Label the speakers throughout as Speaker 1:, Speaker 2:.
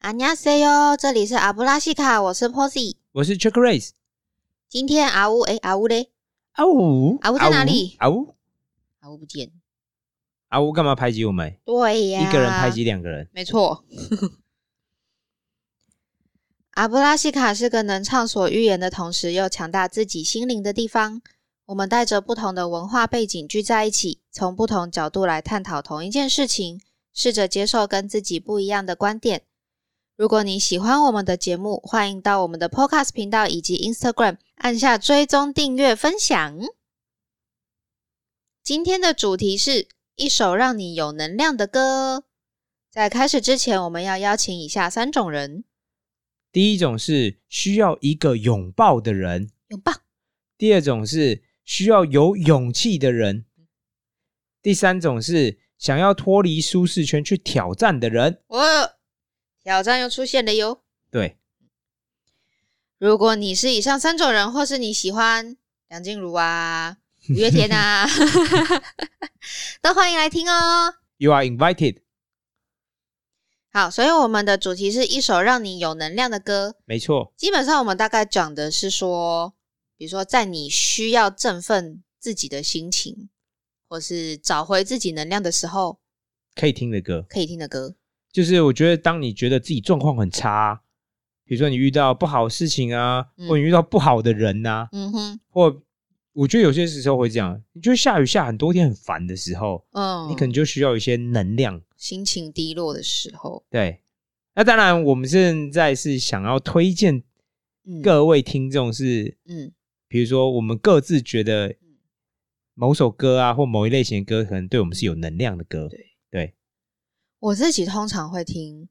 Speaker 1: 안녕하세요，这里是阿布拉西卡，我是 Posy。
Speaker 2: 我是 Chuck Race。
Speaker 1: 今天阿乌哎、阿乌嘞，
Speaker 2: 啊呜
Speaker 1: 啊呜在哪里
Speaker 2: 啊呜
Speaker 1: 阿乌不见。
Speaker 2: 啊呜，干嘛排挤我们？
Speaker 1: 对呀、
Speaker 2: 一个人排挤，两个人。
Speaker 1: 没错。 阿布拉西卡是个能畅所欲言的同时又强大自己心灵的地方。我们带着不同的文化背景聚在一起，从不同角度来探讨同一件事情，试着接受跟自己不一样的观点。如果你喜欢我们的节目，欢迎到我们的 Podcast 频道以及 Instagram 按下追踪、订阅、分享。今天的主题是一首让你有能量的歌。在开始之前，我们要邀请以下三种人：
Speaker 2: 第一种是需要一个拥抱的人，
Speaker 1: 拥抱、
Speaker 2: 第二种是需要有勇气的人，第三种是想要脱离舒适圈去挑战的人。
Speaker 1: 我挑战又出现了哟。
Speaker 2: 对，
Speaker 1: 如果你是以上三种人，或是你喜欢梁静茹啊、五月天啊， 都欢迎来听哦。
Speaker 2: You are invited，
Speaker 1: 好，所以我们的主题是一首让你有能量的歌。
Speaker 2: 没错，
Speaker 1: 基本上我们大概讲的是说，比如说在你需要振奋自己的心情，或是找回自己能量的时候，
Speaker 2: 可以听的歌。
Speaker 1: 可以听的歌。
Speaker 2: 就是我觉得，当你觉得自己状况很差，比如说你遇到不好的事情啊，
Speaker 1: 嗯
Speaker 2: 或你遇到不好的人啊呐、
Speaker 1: 嗯哼，
Speaker 2: 或我觉得有些时候会这样，你就下雨下很多天很烦的时候，
Speaker 1: 嗯，
Speaker 2: 你可能就需要一些能量。
Speaker 1: 心情低落的时候，
Speaker 2: 对，那当然我们现在是想要推荐
Speaker 1: 嗯，
Speaker 2: 各位听众是，
Speaker 1: 嗯
Speaker 2: 比如说我们各自觉得某首歌啊，或某一类型的歌，可能对我们是有能量的歌。
Speaker 1: 嗯对
Speaker 2: 对，
Speaker 1: 我自己通常会听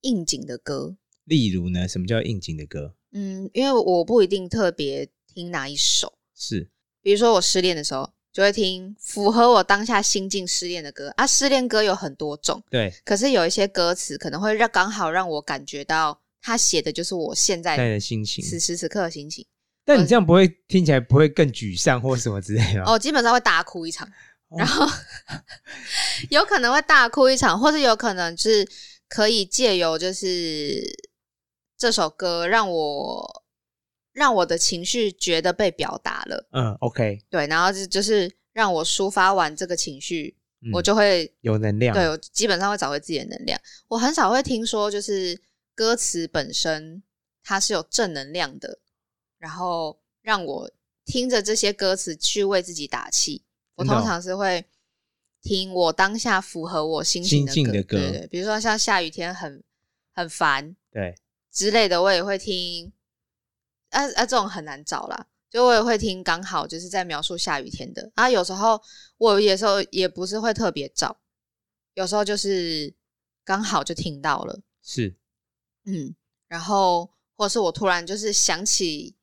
Speaker 1: 应景的歌，
Speaker 2: 例如呢，什么叫应景的歌？
Speaker 1: 嗯，因为我不一定特别听哪一首，
Speaker 2: 是
Speaker 1: 比如说我失恋的时候。就会听符合我当下心境失恋的歌啊，失恋歌有很多种，
Speaker 2: 对，
Speaker 1: 可是有一些歌词可能会让刚好让我感觉到他写的就是我现
Speaker 2: 带
Speaker 1: 在
Speaker 2: 的心情。
Speaker 1: 此时此刻的心情。
Speaker 2: 但你这样不会听起来不会更沮丧或什么之类吗？
Speaker 1: 哦，基本上会大哭一场，然后 有可能会大哭一场，或者有可能是可以借由就是这首歌让我让我的情绪觉得被表达了，
Speaker 2: 嗯，OK，
Speaker 1: 对，然后就就是让我抒发完这个情绪，
Speaker 2: 嗯
Speaker 1: 我就会
Speaker 2: 有能量。
Speaker 1: 对，我基本上会找回自己的能量。我很少会听说，就是歌词本身它是有正能量的，然后让我听着这些歌词去为自己打气。我
Speaker 2: 真的
Speaker 1: 通
Speaker 2: 哦
Speaker 1: 常是会听我当下符合我心情
Speaker 2: 心境的歌
Speaker 1: 对对对，比如说像下雨天很很烦
Speaker 2: 对，
Speaker 1: 之类的，我也会听。啊啊，这种很难找啦。就我也会听，刚好就是在描述下雨天的。啊，有时候我有时候也不是会特别找，有时候就是刚好就听到了，
Speaker 2: 是
Speaker 1: 嗯，然后或是我突然就是想起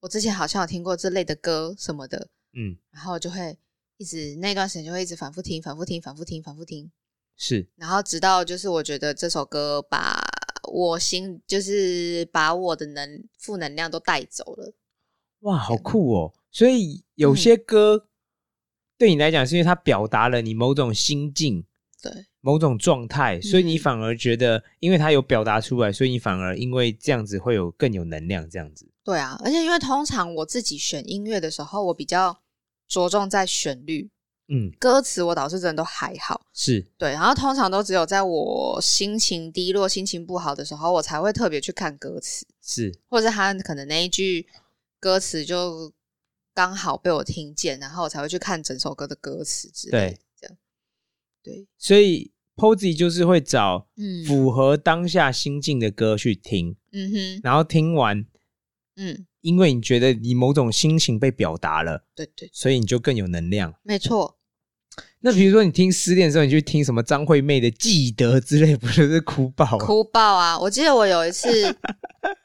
Speaker 1: 我之前好像有听过这类的歌什么的，
Speaker 2: 嗯
Speaker 1: 然后就会一直那段时间就会一直反复听、反复听、反复听、反复听，
Speaker 2: 是，
Speaker 1: 然后直到就是我觉得这首歌把我心就是把我的能负能量都带走了。
Speaker 2: 哇，好酷哦！所以
Speaker 1: 嗯
Speaker 2: 有些歌对你来讲，是因为它表达了你某种心境、
Speaker 1: 对，
Speaker 2: 某种状态，所以你
Speaker 1: 嗯
Speaker 2: 反而觉得，因为它有表达出来，所以你反而因为这样子会有更有能量，这样子。
Speaker 1: 对啊，而且因为通常我自己选音乐的时候，我比较着重在旋律，
Speaker 2: 嗯，
Speaker 1: 歌词我倒是真的都还好。
Speaker 2: 是
Speaker 1: 对，然后通常都只有在我心情低落、心情不好的时候，我才会特别去看歌词，
Speaker 2: 是，
Speaker 1: 或者他可能那一句歌词就刚好被我听见，然后我才会去看整首歌的歌词之类的
Speaker 2: 对。
Speaker 1: 这样，对，
Speaker 2: 所以 Posy 就是会找
Speaker 1: 嗯
Speaker 2: 符合当下心境的歌去听，
Speaker 1: 嗯哼，
Speaker 2: 然后听完，
Speaker 1: 嗯，
Speaker 2: 因为你觉得你某种心情被表达了，
Speaker 1: 对对，
Speaker 2: 所以你就更有能量。
Speaker 1: 没错，
Speaker 2: 那比如说你听失恋的时候，你去听什么张惠妹的《记得》之类，不就是哭爆啊？
Speaker 1: 哭爆啊！我记得我有一 次，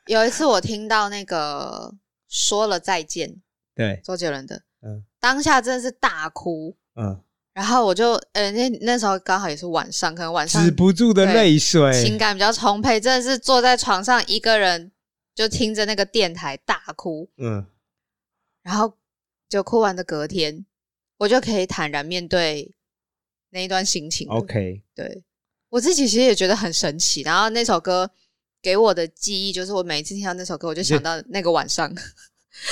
Speaker 1: 有一次我听到那个说了再见，
Speaker 2: 对，
Speaker 1: 周杰伦的，
Speaker 2: 嗯
Speaker 1: 当下真的是大哭。
Speaker 2: 嗯，
Speaker 1: 然后我就，呃、那那时候刚好也是晚上，可能晚上
Speaker 2: 止不住的泪
Speaker 1: 情
Speaker 2: 水，
Speaker 1: 感比较充沛，真的是坐在床上一个人就听着那个电台大哭，
Speaker 2: 嗯，
Speaker 1: 然后就哭完的隔天，我就可以坦然面对那一段心情了。
Speaker 2: OK，
Speaker 1: 对我自己其实也觉得很神奇。然后那首歌给我的记忆就是，我每一次听到那首歌，我就想到那个晚上，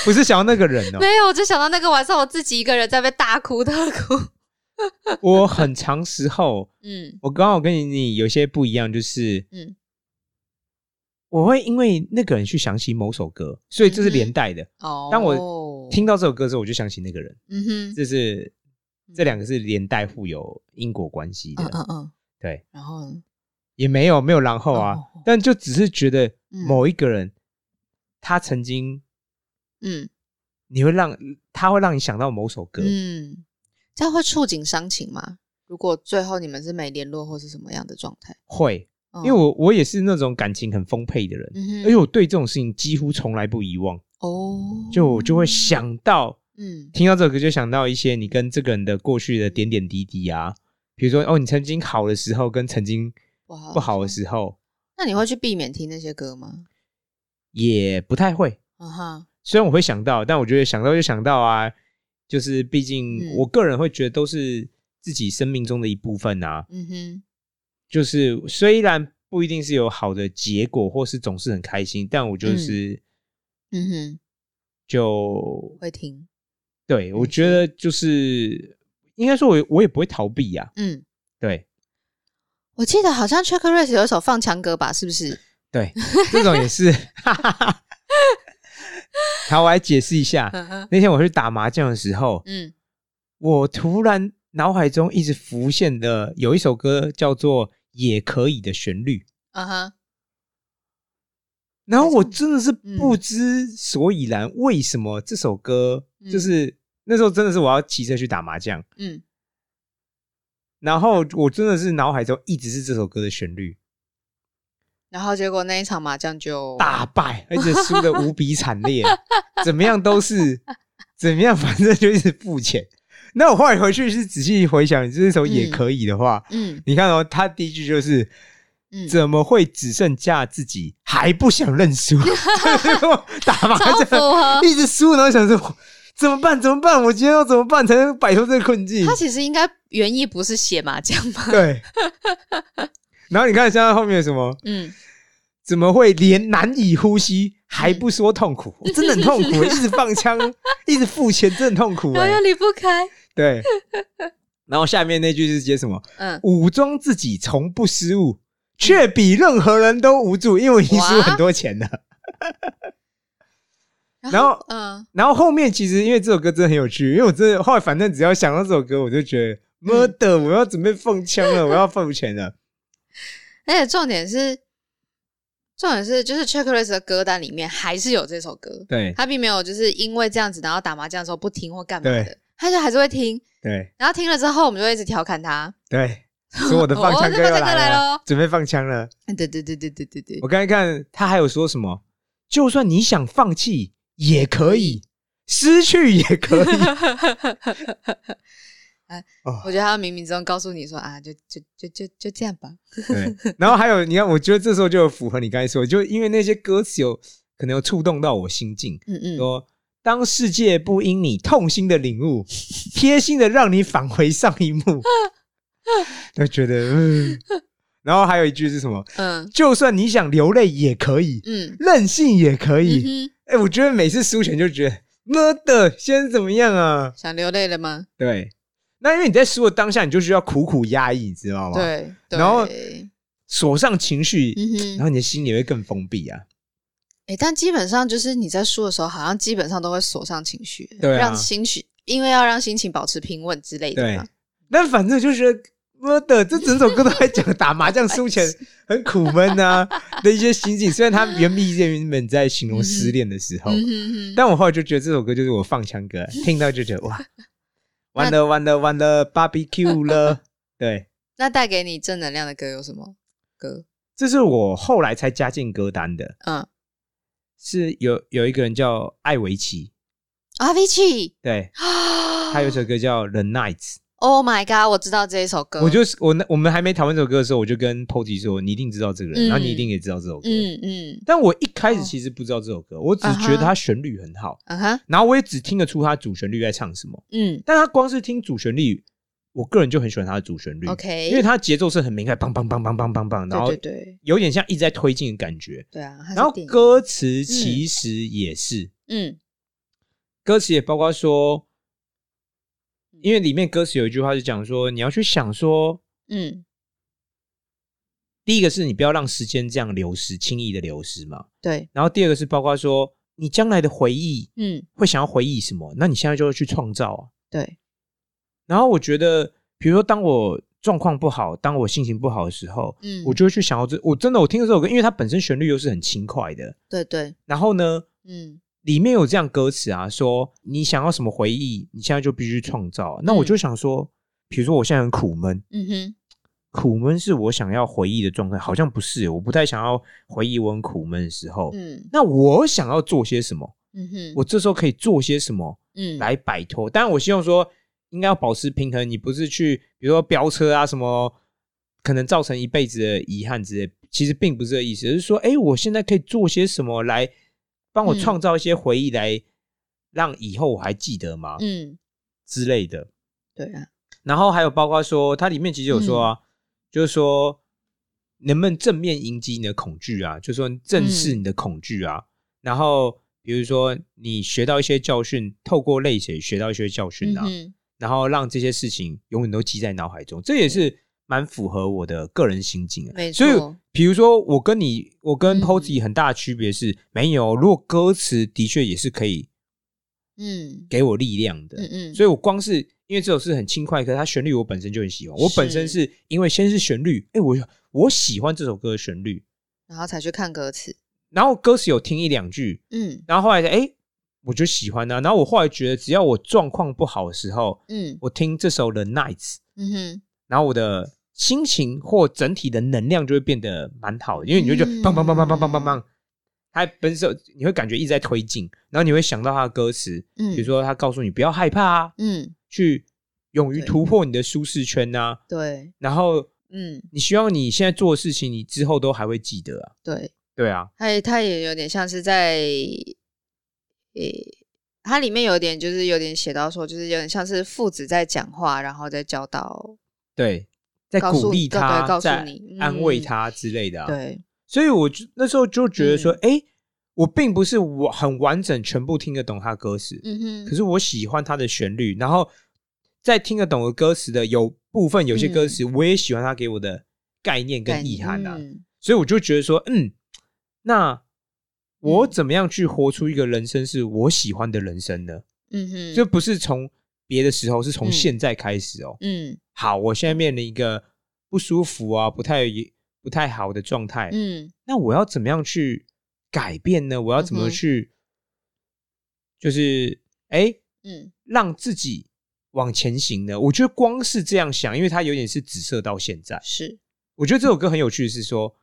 Speaker 2: 不是想要那个人哦、
Speaker 1: 没有，我就想到那个晚上我自己一个人在被大哭特哭。
Speaker 2: 我很长时候，
Speaker 1: 嗯
Speaker 2: 我刚好跟你有些不一样，就是
Speaker 1: 嗯
Speaker 2: 我会因为那个人去想起某首歌，所以这是连带的。
Speaker 1: 哦，
Speaker 2: 当我听到这首歌之后，我就想起那个人，
Speaker 1: 嗯哼
Speaker 2: 这是这两个是连带互有因果关系的。
Speaker 1: 嗯嗯嗯，
Speaker 2: 对，
Speaker 1: 然后呢
Speaker 2: 也没有没有然后啊，
Speaker 1: 哦哦哦
Speaker 2: 但就只是觉得
Speaker 1: 嗯
Speaker 2: 某一个人，他曾经
Speaker 1: 嗯
Speaker 2: 你会让他会让你想到某首歌，
Speaker 1: 嗯，这样会触景伤情吗？如果最后你们是没联络或是什么样的状态？
Speaker 2: 会，
Speaker 1: 嗯
Speaker 2: 因为我哎我也是那种感情很丰沛的人，
Speaker 1: 嗯哼
Speaker 2: 而且我对这种事情几乎从来不遗忘，
Speaker 1: 哦，
Speaker 2: 就我就会想到
Speaker 1: 嗯
Speaker 2: 听到这首歌就想到一些你跟这个人的过去的点点滴滴啊，比如说哦，你曾经好的时候跟曾经
Speaker 1: 不好
Speaker 2: 不好的时候
Speaker 1: 那你会去避免听那些歌吗？
Speaker 2: 也不太会，
Speaker 1: 啊哈，
Speaker 2: 虽然我会想到，但我觉得想到就想到啊，就是毕竟
Speaker 1: 嗯
Speaker 2: 我个人会觉得都是自己生命中的一部分啊。
Speaker 1: 嗯哼，
Speaker 2: 就是虽然不一定是有好的结果，或是总是很开心，但我就是
Speaker 1: 嗯哼，
Speaker 2: 就、
Speaker 1: 会听，
Speaker 2: 对我
Speaker 1: 嗯
Speaker 2: 觉得就是应该说我，我也不会逃避呀、啊。
Speaker 1: 嗯。
Speaker 2: 对
Speaker 1: 我记得好像 Chuck Race 有一首放强歌吧，是不 是？
Speaker 2: 对，这种也是。 哈哈哈。好，我来解释一下。
Speaker 1: 嗯
Speaker 2: 那天我去打麻将的时候，
Speaker 1: 嗯
Speaker 2: 我突然脑海中一直浮现的有一首歌叫做《也可以》的旋律，
Speaker 1: 啊哈，
Speaker 2: 然后我
Speaker 1: 没错
Speaker 2: 真的是不知所以然，为什么这首歌就是、那时候真的是我要骑车去打麻将，
Speaker 1: 嗯，
Speaker 2: 然后我真的是脑海中一直是这首歌的旋律，
Speaker 1: 然后结果那一场麻将就
Speaker 2: 大败，而且输的无比惨烈，怎么样都是怎么样，反正就一直付钱。那我后来回去是仔细回想这首《也可以》的话，
Speaker 1: 嗯
Speaker 2: 你看哦，他第一句就是
Speaker 1: 嗯，
Speaker 2: 怎么会只剩下自己，还不想认输？ 打麻
Speaker 1: 超符合。
Speaker 2: 将 一直输，然后想说怎么办？怎么办？我今天要怎么办才能摆脱这个困境
Speaker 1: 他？其实应该原意不是写麻将吗？
Speaker 2: 对。 然后你看，现在后面有什么？
Speaker 1: 嗯，
Speaker 2: 怎么会连难以呼吸还不说 痛苦？我真的很痛苦，一直放枪，一直付钱，真的很痛苦
Speaker 1: 然
Speaker 2: 哎、
Speaker 1: 后又离不开，
Speaker 2: 对。然后下面那句是接什么？
Speaker 1: 嗯，
Speaker 2: 武装自己从不失误，却比任何人都无助，因为我已经输很多钱了。然后
Speaker 1: 嗯，
Speaker 2: 然后后面其实因为这首歌真的很有趣，因为我真的后来反正只要想到这首歌，我就觉得妈的，我要准备放枪了，我要付钱了。
Speaker 1: 而且重点是，重点是就是 Chuck Race 的歌单里面还是有这首歌，
Speaker 2: 对
Speaker 1: 他并没有就是因为这样子，然后打麻将的时候不听或干嘛
Speaker 2: 对
Speaker 1: 的，他就还是会听，
Speaker 2: 对
Speaker 1: 然后听了之后，我们就会一直调侃他。
Speaker 2: 对，所以我的放 枪歌
Speaker 1: 哦
Speaker 2: 又
Speaker 1: 我的放枪歌
Speaker 2: 来
Speaker 1: 来
Speaker 2: 了
Speaker 1: 了，
Speaker 2: 准备放枪了。
Speaker 1: 哎对对对对对对对
Speaker 2: 我，刚才看他还有说什么，就算你想放弃也可以，失去也可 以。
Speaker 1: 我
Speaker 2: 哦，
Speaker 1: 觉得他冥冥中告诉你说啊，就就就就就这样吧。
Speaker 2: 对。然后还有，你看，我觉得这时候就有符合你刚才说，就因为那些歌词有可能有触动到我心境，
Speaker 1: 嗯嗯，
Speaker 2: 说：“当世界不因你痛心的领 悟，贴心的让你返回上一幕，就觉得……嗯。然后还有一句是什么？
Speaker 1: 嗯
Speaker 2: 就算你想流泪也可以，
Speaker 1: 嗯，
Speaker 2: 任性也可以。
Speaker 1: 嗯
Speaker 2: 哎、我觉得每次输钱就觉得，妈的，现在怎么样啊
Speaker 1: 哼，？想流泪了吗？
Speaker 2: 对，那因为你在输的当下，你就需要苦苦压抑，你知道吗？，
Speaker 1: 对，嗯对
Speaker 2: 然后
Speaker 1: 嗯
Speaker 2: 锁上情绪，
Speaker 1: 哼
Speaker 2: 然，后你的心也会更封闭啊。
Speaker 1: 哎、但基本上就是你在输的时候，好像基本上都会锁上情绪，
Speaker 2: 对啊
Speaker 1: 让心绪，因为要让心情保持平稳之类的
Speaker 2: 对
Speaker 1: 嘛。，
Speaker 2: 但反正就觉得，妈的，这整首歌都在讲打麻将 输钱很苦闷呐、的一些心境。虽然他原本原本在形容失恋的时候，
Speaker 1: 嗯哼哼，
Speaker 2: 但我后来就觉得这首歌就是我放枪歌，听到就觉 得哇，完了完了完了，barbecue 了。对，
Speaker 1: 那带给你正能量的歌有什么歌？
Speaker 2: 这是我后来才加进歌单的，
Speaker 1: 嗯，
Speaker 2: 是有有一个人叫艾维奇，
Speaker 1: 阿 v i c
Speaker 2: 对
Speaker 1: 啊，
Speaker 2: 他有一首歌叫《The Nights》。
Speaker 1: Oh my God，我知道这一首歌，
Speaker 2: 我就是我那我们还没讨论这首歌的时候，我就跟 Pody 说，你一定知道这个
Speaker 1: 嗯
Speaker 2: 人，然后你一定也知道这首歌。
Speaker 1: 嗯嗯
Speaker 2: 但我一开始其实不知道这首歌，我只是觉得
Speaker 1: 啊哈
Speaker 2: 它旋律很好，
Speaker 1: 啊哈
Speaker 2: 然后我也只听得出它主旋律在唱什么。
Speaker 1: 嗯
Speaker 2: 但它光是听主旋律，我个人就很喜欢它的主旋律
Speaker 1: OK
Speaker 2: 因为它节奏是很明快，梆梆梆梆梆梆梆，然后
Speaker 1: 对对对
Speaker 2: 有点像一直在推进的感觉。
Speaker 1: 对啊，它是
Speaker 2: 然后
Speaker 1: 电影
Speaker 2: 歌词其实也是，
Speaker 1: 嗯
Speaker 2: 歌词也包括说，因为里面歌词有一句话是讲说，你要去想说，
Speaker 1: 嗯
Speaker 2: 第一个是你不要让时间这样流失，轻易的流失嘛。
Speaker 1: 对
Speaker 2: 然后第二个是包括说，你将来的回忆
Speaker 1: 嗯
Speaker 2: 会想要回忆什么，那你现在就会去创造啊。
Speaker 1: 对
Speaker 2: 然后我觉得，比如说当我状况不好，当我心情不好的时候，
Speaker 1: 嗯，
Speaker 2: 我就会去想要这，我真的我听这首歌，因为它本身旋律又是很轻快的，
Speaker 1: 对对
Speaker 2: 然后呢，
Speaker 1: 嗯
Speaker 2: 里面有这样歌词啊，说你想要什么回忆，你现在就必须创造啊。那我就想说，比如说我现在很苦闷，
Speaker 1: 嗯哼
Speaker 2: 苦闷是我想要回忆的状态，好像不是，欸我不太想要回忆我很苦闷的时候。
Speaker 1: 嗯
Speaker 2: 那我想要做些什么？
Speaker 1: 嗯哼
Speaker 2: 我这时候可以做些什么？
Speaker 1: 嗯
Speaker 2: 来摆脱。当然，我希望说应该要保持平衡，你不是去比如说飙车啊什么，可能造成一辈子的遗憾之类。其实并不是这个意思，而是说，哎、我现在可以做些什么来帮我
Speaker 1: 嗯
Speaker 2: 创造一些回忆，来让以后我还记得吗、
Speaker 1: 嗯
Speaker 2: 之类的。
Speaker 1: 对啊
Speaker 2: 然后还有包括说，它里面其实有说啊，
Speaker 1: 嗯
Speaker 2: 就是说能不能正面迎击你的恐惧啊，就是说正
Speaker 1: 嗯
Speaker 2: 视你的恐惧啊。然后比如说你学到一些教训，透过泪水学到一些教训
Speaker 1: 嗯
Speaker 2: 啊，
Speaker 1: 哼
Speaker 2: 然后让这些事情永远都记在脑海中，这也是蛮符合我的个人心境的。
Speaker 1: 没
Speaker 2: 所以
Speaker 1: 错，
Speaker 2: 比如说我跟你，我跟
Speaker 1: 嗯
Speaker 2: Posy 很大的区别是，没有，如果歌词的确也是可以
Speaker 1: 嗯
Speaker 2: 给我力量的，
Speaker 1: 嗯嗯，
Speaker 2: 所以我光是因为这首诗很轻快，可是它旋律我本身就很喜欢。我本身是因为先是旋律，哎、我我喜欢这首歌的旋律，
Speaker 1: 然后才去看歌词，
Speaker 2: 然后歌词有听一两句，
Speaker 1: 嗯
Speaker 2: 然后后来哎、诶我就喜欢呢、啊然后我后来觉得，只要我状况不好的时候，
Speaker 1: 嗯
Speaker 2: 我听这首《The Nights》，
Speaker 1: 嗯哼，
Speaker 2: 然后我的心情或整体的能量就会变得蛮好的，因为你就觉得
Speaker 1: 嗯
Speaker 2: 棒棒棒棒棒棒棒棒。它本身你会感觉一直在推进，然后你会想到它的歌词，
Speaker 1: 嗯
Speaker 2: 比如说他告诉你不要害怕啊，
Speaker 1: 嗯
Speaker 2: 去勇于
Speaker 1: 对
Speaker 2: 突破你的舒适圈呐、
Speaker 1: 对
Speaker 2: 然后
Speaker 1: 嗯
Speaker 2: 你希望你现在做的事情，你之后都还会记得啊。
Speaker 1: 对，
Speaker 2: 对啊，
Speaker 1: 它也它也有点像是在，诶、它里面有点就是有点写到说，就是有点像是父子在讲话，然后再教导，
Speaker 2: 对，在
Speaker 1: 告诉
Speaker 2: 鼓励
Speaker 1: 对
Speaker 2: 他，
Speaker 1: 告诉
Speaker 2: 在
Speaker 1: 你
Speaker 2: 安慰
Speaker 1: 嗯
Speaker 2: 他之类的、啊。，
Speaker 1: 对，
Speaker 2: 所以我就那时候就觉得说，
Speaker 1: 嗯
Speaker 2: 哎、我并不是我很完整全部听得懂他歌词，
Speaker 1: 嗯哼，
Speaker 2: 可是我喜欢他的旋律，然后在听得懂的歌词的有部分有些
Speaker 1: 嗯
Speaker 2: 歌词，我也喜欢他给我的概念
Speaker 1: 概
Speaker 2: 跟
Speaker 1: 念
Speaker 2: 意涵啊。
Speaker 1: 嗯
Speaker 2: 所以我就觉得说，嗯，那我怎么样去活出一个人生是我喜欢的人生呢？
Speaker 1: 嗯哼，
Speaker 2: 就不是从别的时候，是从
Speaker 1: 嗯
Speaker 2: 现在开始哦。
Speaker 1: 嗯
Speaker 2: 好，我现在面临一个不舒服啊，不太不太好的状态，
Speaker 1: 嗯
Speaker 2: 那我要怎么样去改变呢？我要
Speaker 1: 嗯
Speaker 2: 怎么
Speaker 1: 哼
Speaker 2: 去，就是哎、诶
Speaker 1: 嗯
Speaker 2: 让自己往前行呢？我觉得光是这样想，因为它有点是紫色到现在。
Speaker 1: 是，
Speaker 2: 我觉得这首歌很有趣，是说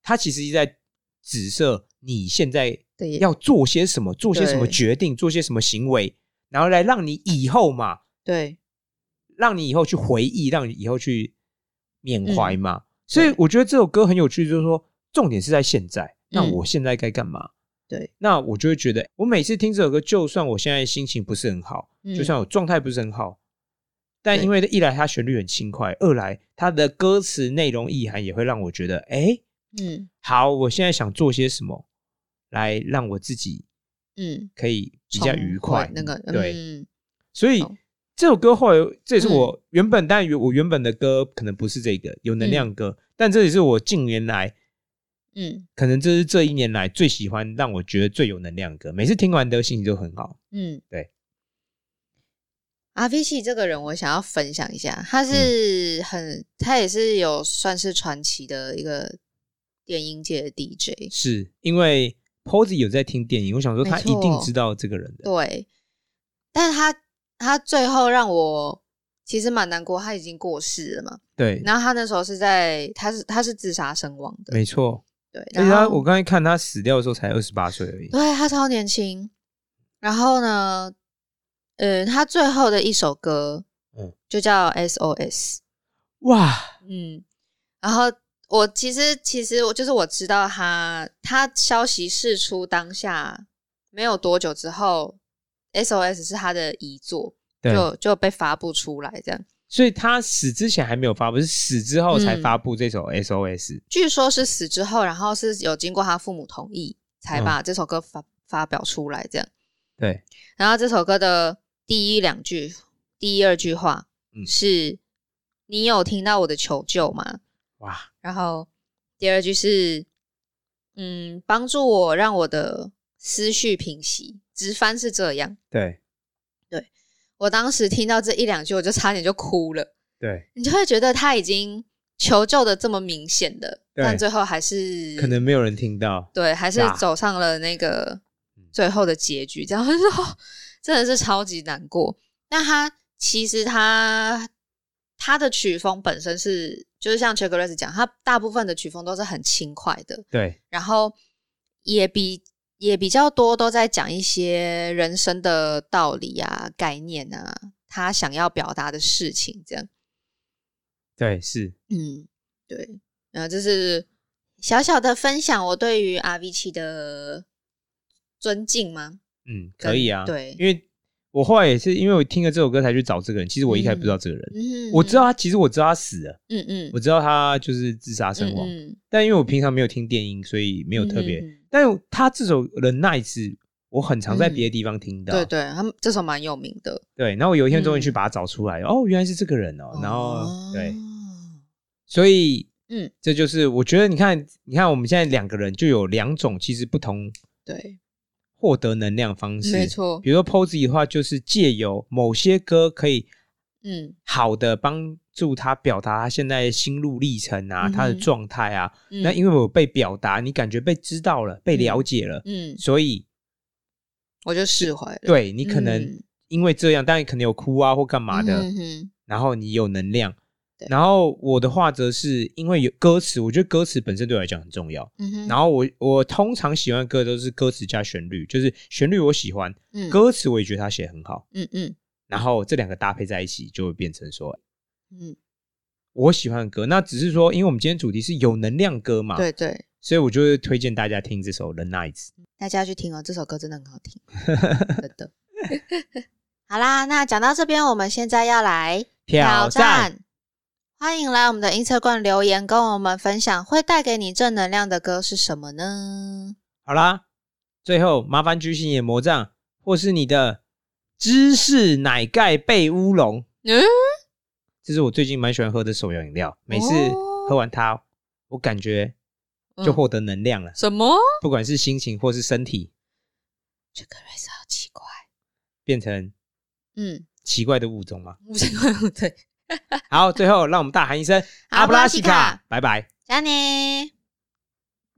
Speaker 2: 它其实一直在指涉你现在
Speaker 1: 对
Speaker 2: 要做些什么，做些什么
Speaker 1: 对
Speaker 2: 决定，做些什么行为，然后来让你以后嘛，
Speaker 1: 对
Speaker 2: 让你以后去回忆，让你以后去缅怀嘛。所
Speaker 1: 嗯对
Speaker 2: 以我觉得这首歌很有趣，就是说重点是在现在。那
Speaker 1: 嗯
Speaker 2: 我现在该干嘛？
Speaker 1: 对，
Speaker 2: 那我就会觉得，我每次听这首歌，就算我现在心情不是很好，
Speaker 1: 嗯
Speaker 2: 就算我状态不是很好，但
Speaker 1: 对
Speaker 2: 因为一来它旋律很轻快，二来它的歌词内容意涵也会让我觉得，哎、
Speaker 1: 嗯
Speaker 2: 好，我现在想做些什么，来让我自己
Speaker 1: 嗯
Speaker 2: 可以比较愉
Speaker 1: 重回
Speaker 2: 快。
Speaker 1: 那个
Speaker 2: 对，
Speaker 1: 嗯
Speaker 2: 所以
Speaker 1: 好
Speaker 2: 这首歌后来，这也是
Speaker 1: 嗯
Speaker 2: 我原本，但原我原本的歌可能不是这个有能量歌，但这也是我近年来，
Speaker 1: 嗯
Speaker 2: 可能这是这一年来最喜欢，让我觉得最有能量的歌。每次听完的心情都很好。
Speaker 1: 嗯，
Speaker 2: 对。
Speaker 1: 阿飞系这个人，我想要分享一下，
Speaker 2: 嗯
Speaker 1: 他是很，他也是有算是传奇的一个电音界的 DJ。
Speaker 2: 是因为 Posy 有在听电影，我想说他
Speaker 1: 没
Speaker 2: 一
Speaker 1: 错
Speaker 2: 定知道这个人的。
Speaker 1: 对，但他他最后让我其实蛮难过，他已经过世了嘛。
Speaker 2: 对，
Speaker 1: 然后他那时候是在，他是他是自杀身亡的，
Speaker 2: 没错。
Speaker 1: 对。
Speaker 2: 而
Speaker 1: 然
Speaker 2: 且
Speaker 1: 后
Speaker 2: 他，我刚才看他死掉的时候才二十八岁而已。
Speaker 1: 对他超年轻。然后呢，呃，他最后的一首歌，
Speaker 2: 嗯
Speaker 1: 就叫 SOS。
Speaker 2: 哇，
Speaker 1: 嗯，然后我其实其实我就是我知道他他消息释出当下没有多久之后，SOS 是他的遗作
Speaker 2: 对
Speaker 1: 就就被发布出来这样。
Speaker 2: 所以他死之前还没有发布，是死之后才发布这首
Speaker 1: 嗯
Speaker 2: SOS。
Speaker 1: 据说是死之后，然后是有经过他父母同意，
Speaker 2: 嗯
Speaker 1: 才把这首歌发、发表出来这样。
Speaker 2: 对，
Speaker 1: 然后这首歌的第一两句、第一二句话
Speaker 2: 嗯
Speaker 1: 是“你有听到我的求救吗
Speaker 2: 哇，？”
Speaker 1: 然后第二句是“嗯，帮助我让我的思绪平息”，直翻是这样。
Speaker 2: 对
Speaker 1: 我当时听到这一两句，我就差点就哭了。
Speaker 2: 对，
Speaker 1: 你就会觉得他已经求救的这么明显的，
Speaker 2: 对
Speaker 1: 但最后还是
Speaker 2: 可能没有人听到。
Speaker 1: 对，还是
Speaker 2: 呀
Speaker 1: 走上了那个
Speaker 2: 嗯
Speaker 1: 最后的结局，这样 真的是超级难过。那他其实他他的曲风本身是，就是像 c h e c k r e s 讲，他大部分的曲风都是很轻快的，
Speaker 2: 对
Speaker 1: 然后也比也比较多都在讲一些人生的道理啊、概念啊，他想要表达的事情这样。
Speaker 2: 对是，
Speaker 1: 嗯，对，然后这是小小的分享，我对于 R V 七的尊敬吗？
Speaker 2: 嗯，可以啊。
Speaker 1: 跟对
Speaker 2: 因为我后来也是因为我听了这首歌才去找这个人。其实我一开始
Speaker 1: 嗯
Speaker 2: 不知道这个人，
Speaker 1: 嗯，
Speaker 2: 我知道，他，其实我知道他死了，
Speaker 1: 嗯嗯，
Speaker 2: 我知道他就是自杀身亡。
Speaker 1: 嗯
Speaker 2: 但因为我平常没有听电音，所以没有特别。
Speaker 1: 嗯嗯嗯
Speaker 2: 但他这首《The Nights》，我很常在别的地方听
Speaker 1: 嗯
Speaker 2: 到。
Speaker 1: 对对，他们这首蛮有名的，
Speaker 2: 对然后我有一天终于去
Speaker 1: 嗯
Speaker 2: 把它找出来，哦，原来是这个人哦。然后、
Speaker 1: 哦
Speaker 2: 对，所以
Speaker 1: 嗯，
Speaker 2: 这就是我觉得你看，你看我们现在两个人就有两种其实不同
Speaker 1: 对，
Speaker 2: 获得能量方式。
Speaker 1: 没，错，
Speaker 2: 比如说 Posy 的话，就是借由某些歌可以
Speaker 1: 嗯
Speaker 2: 好的帮助他表达他现在的心路历程啊，
Speaker 1: 嗯哼
Speaker 2: 他的状态啊。
Speaker 1: 嗯，
Speaker 2: 那因为我被表达，你感觉被知道了，被了解了，
Speaker 1: 嗯，
Speaker 2: 所以
Speaker 1: 我就释怀了，
Speaker 2: 对你可能
Speaker 1: 嗯
Speaker 2: 因为这样，当然可能有哭啊或干嘛的，
Speaker 1: 嗯哼哼
Speaker 2: 然后你有能量
Speaker 1: 对。
Speaker 2: 然后我的话则是因为有歌词，我觉得歌词本身对我来讲很重要。
Speaker 1: 嗯哼，
Speaker 2: 然后我我通常喜欢的歌都是歌词加旋律，就是旋律我喜欢，
Speaker 1: 嗯
Speaker 2: 歌词我也觉得他写得很好。
Speaker 1: 嗯嗯
Speaker 2: 然后这两个搭配在一起，就会变成说
Speaker 1: 嗯，
Speaker 2: 我喜欢的歌。那只是说，因为我们今天主题是有能量歌嘛，
Speaker 1: 对，对，
Speaker 2: 所以我就会推荐大家听这首《The Nights》。
Speaker 1: 大家去听哦，这首歌真的很好听，真的。 好啦，那讲到这边，我们现在要来挑战。欢迎来我们的 Instagram 留言，跟我们分享会带给你正能量的歌是什么呢？
Speaker 2: 好啦，最后麻烦举起你的魔杖，或是你的芝士奶盖被乌龙，
Speaker 1: 嗯，
Speaker 2: 这是我最近蛮喜欢喝的手摇饮料。每次
Speaker 1: 哦
Speaker 2: 喝完它，我感觉
Speaker 1: 嗯
Speaker 2: 就获得能量了，
Speaker 1: 什么？
Speaker 2: 不管是心情或是身体，
Speaker 1: 这个瑞斯好奇怪。
Speaker 2: 变成
Speaker 1: 嗯，
Speaker 2: 奇怪的物种嘛。
Speaker 1: 不对，
Speaker 2: 好，最后让我们大喊一声
Speaker 1: 阿
Speaker 2: 阿
Speaker 1: 布
Speaker 2: 布
Speaker 1: 拉
Speaker 2: 拉
Speaker 1: 西
Speaker 2: 西
Speaker 1: 卡
Speaker 2: 卡，拜拜。
Speaker 1: 加你。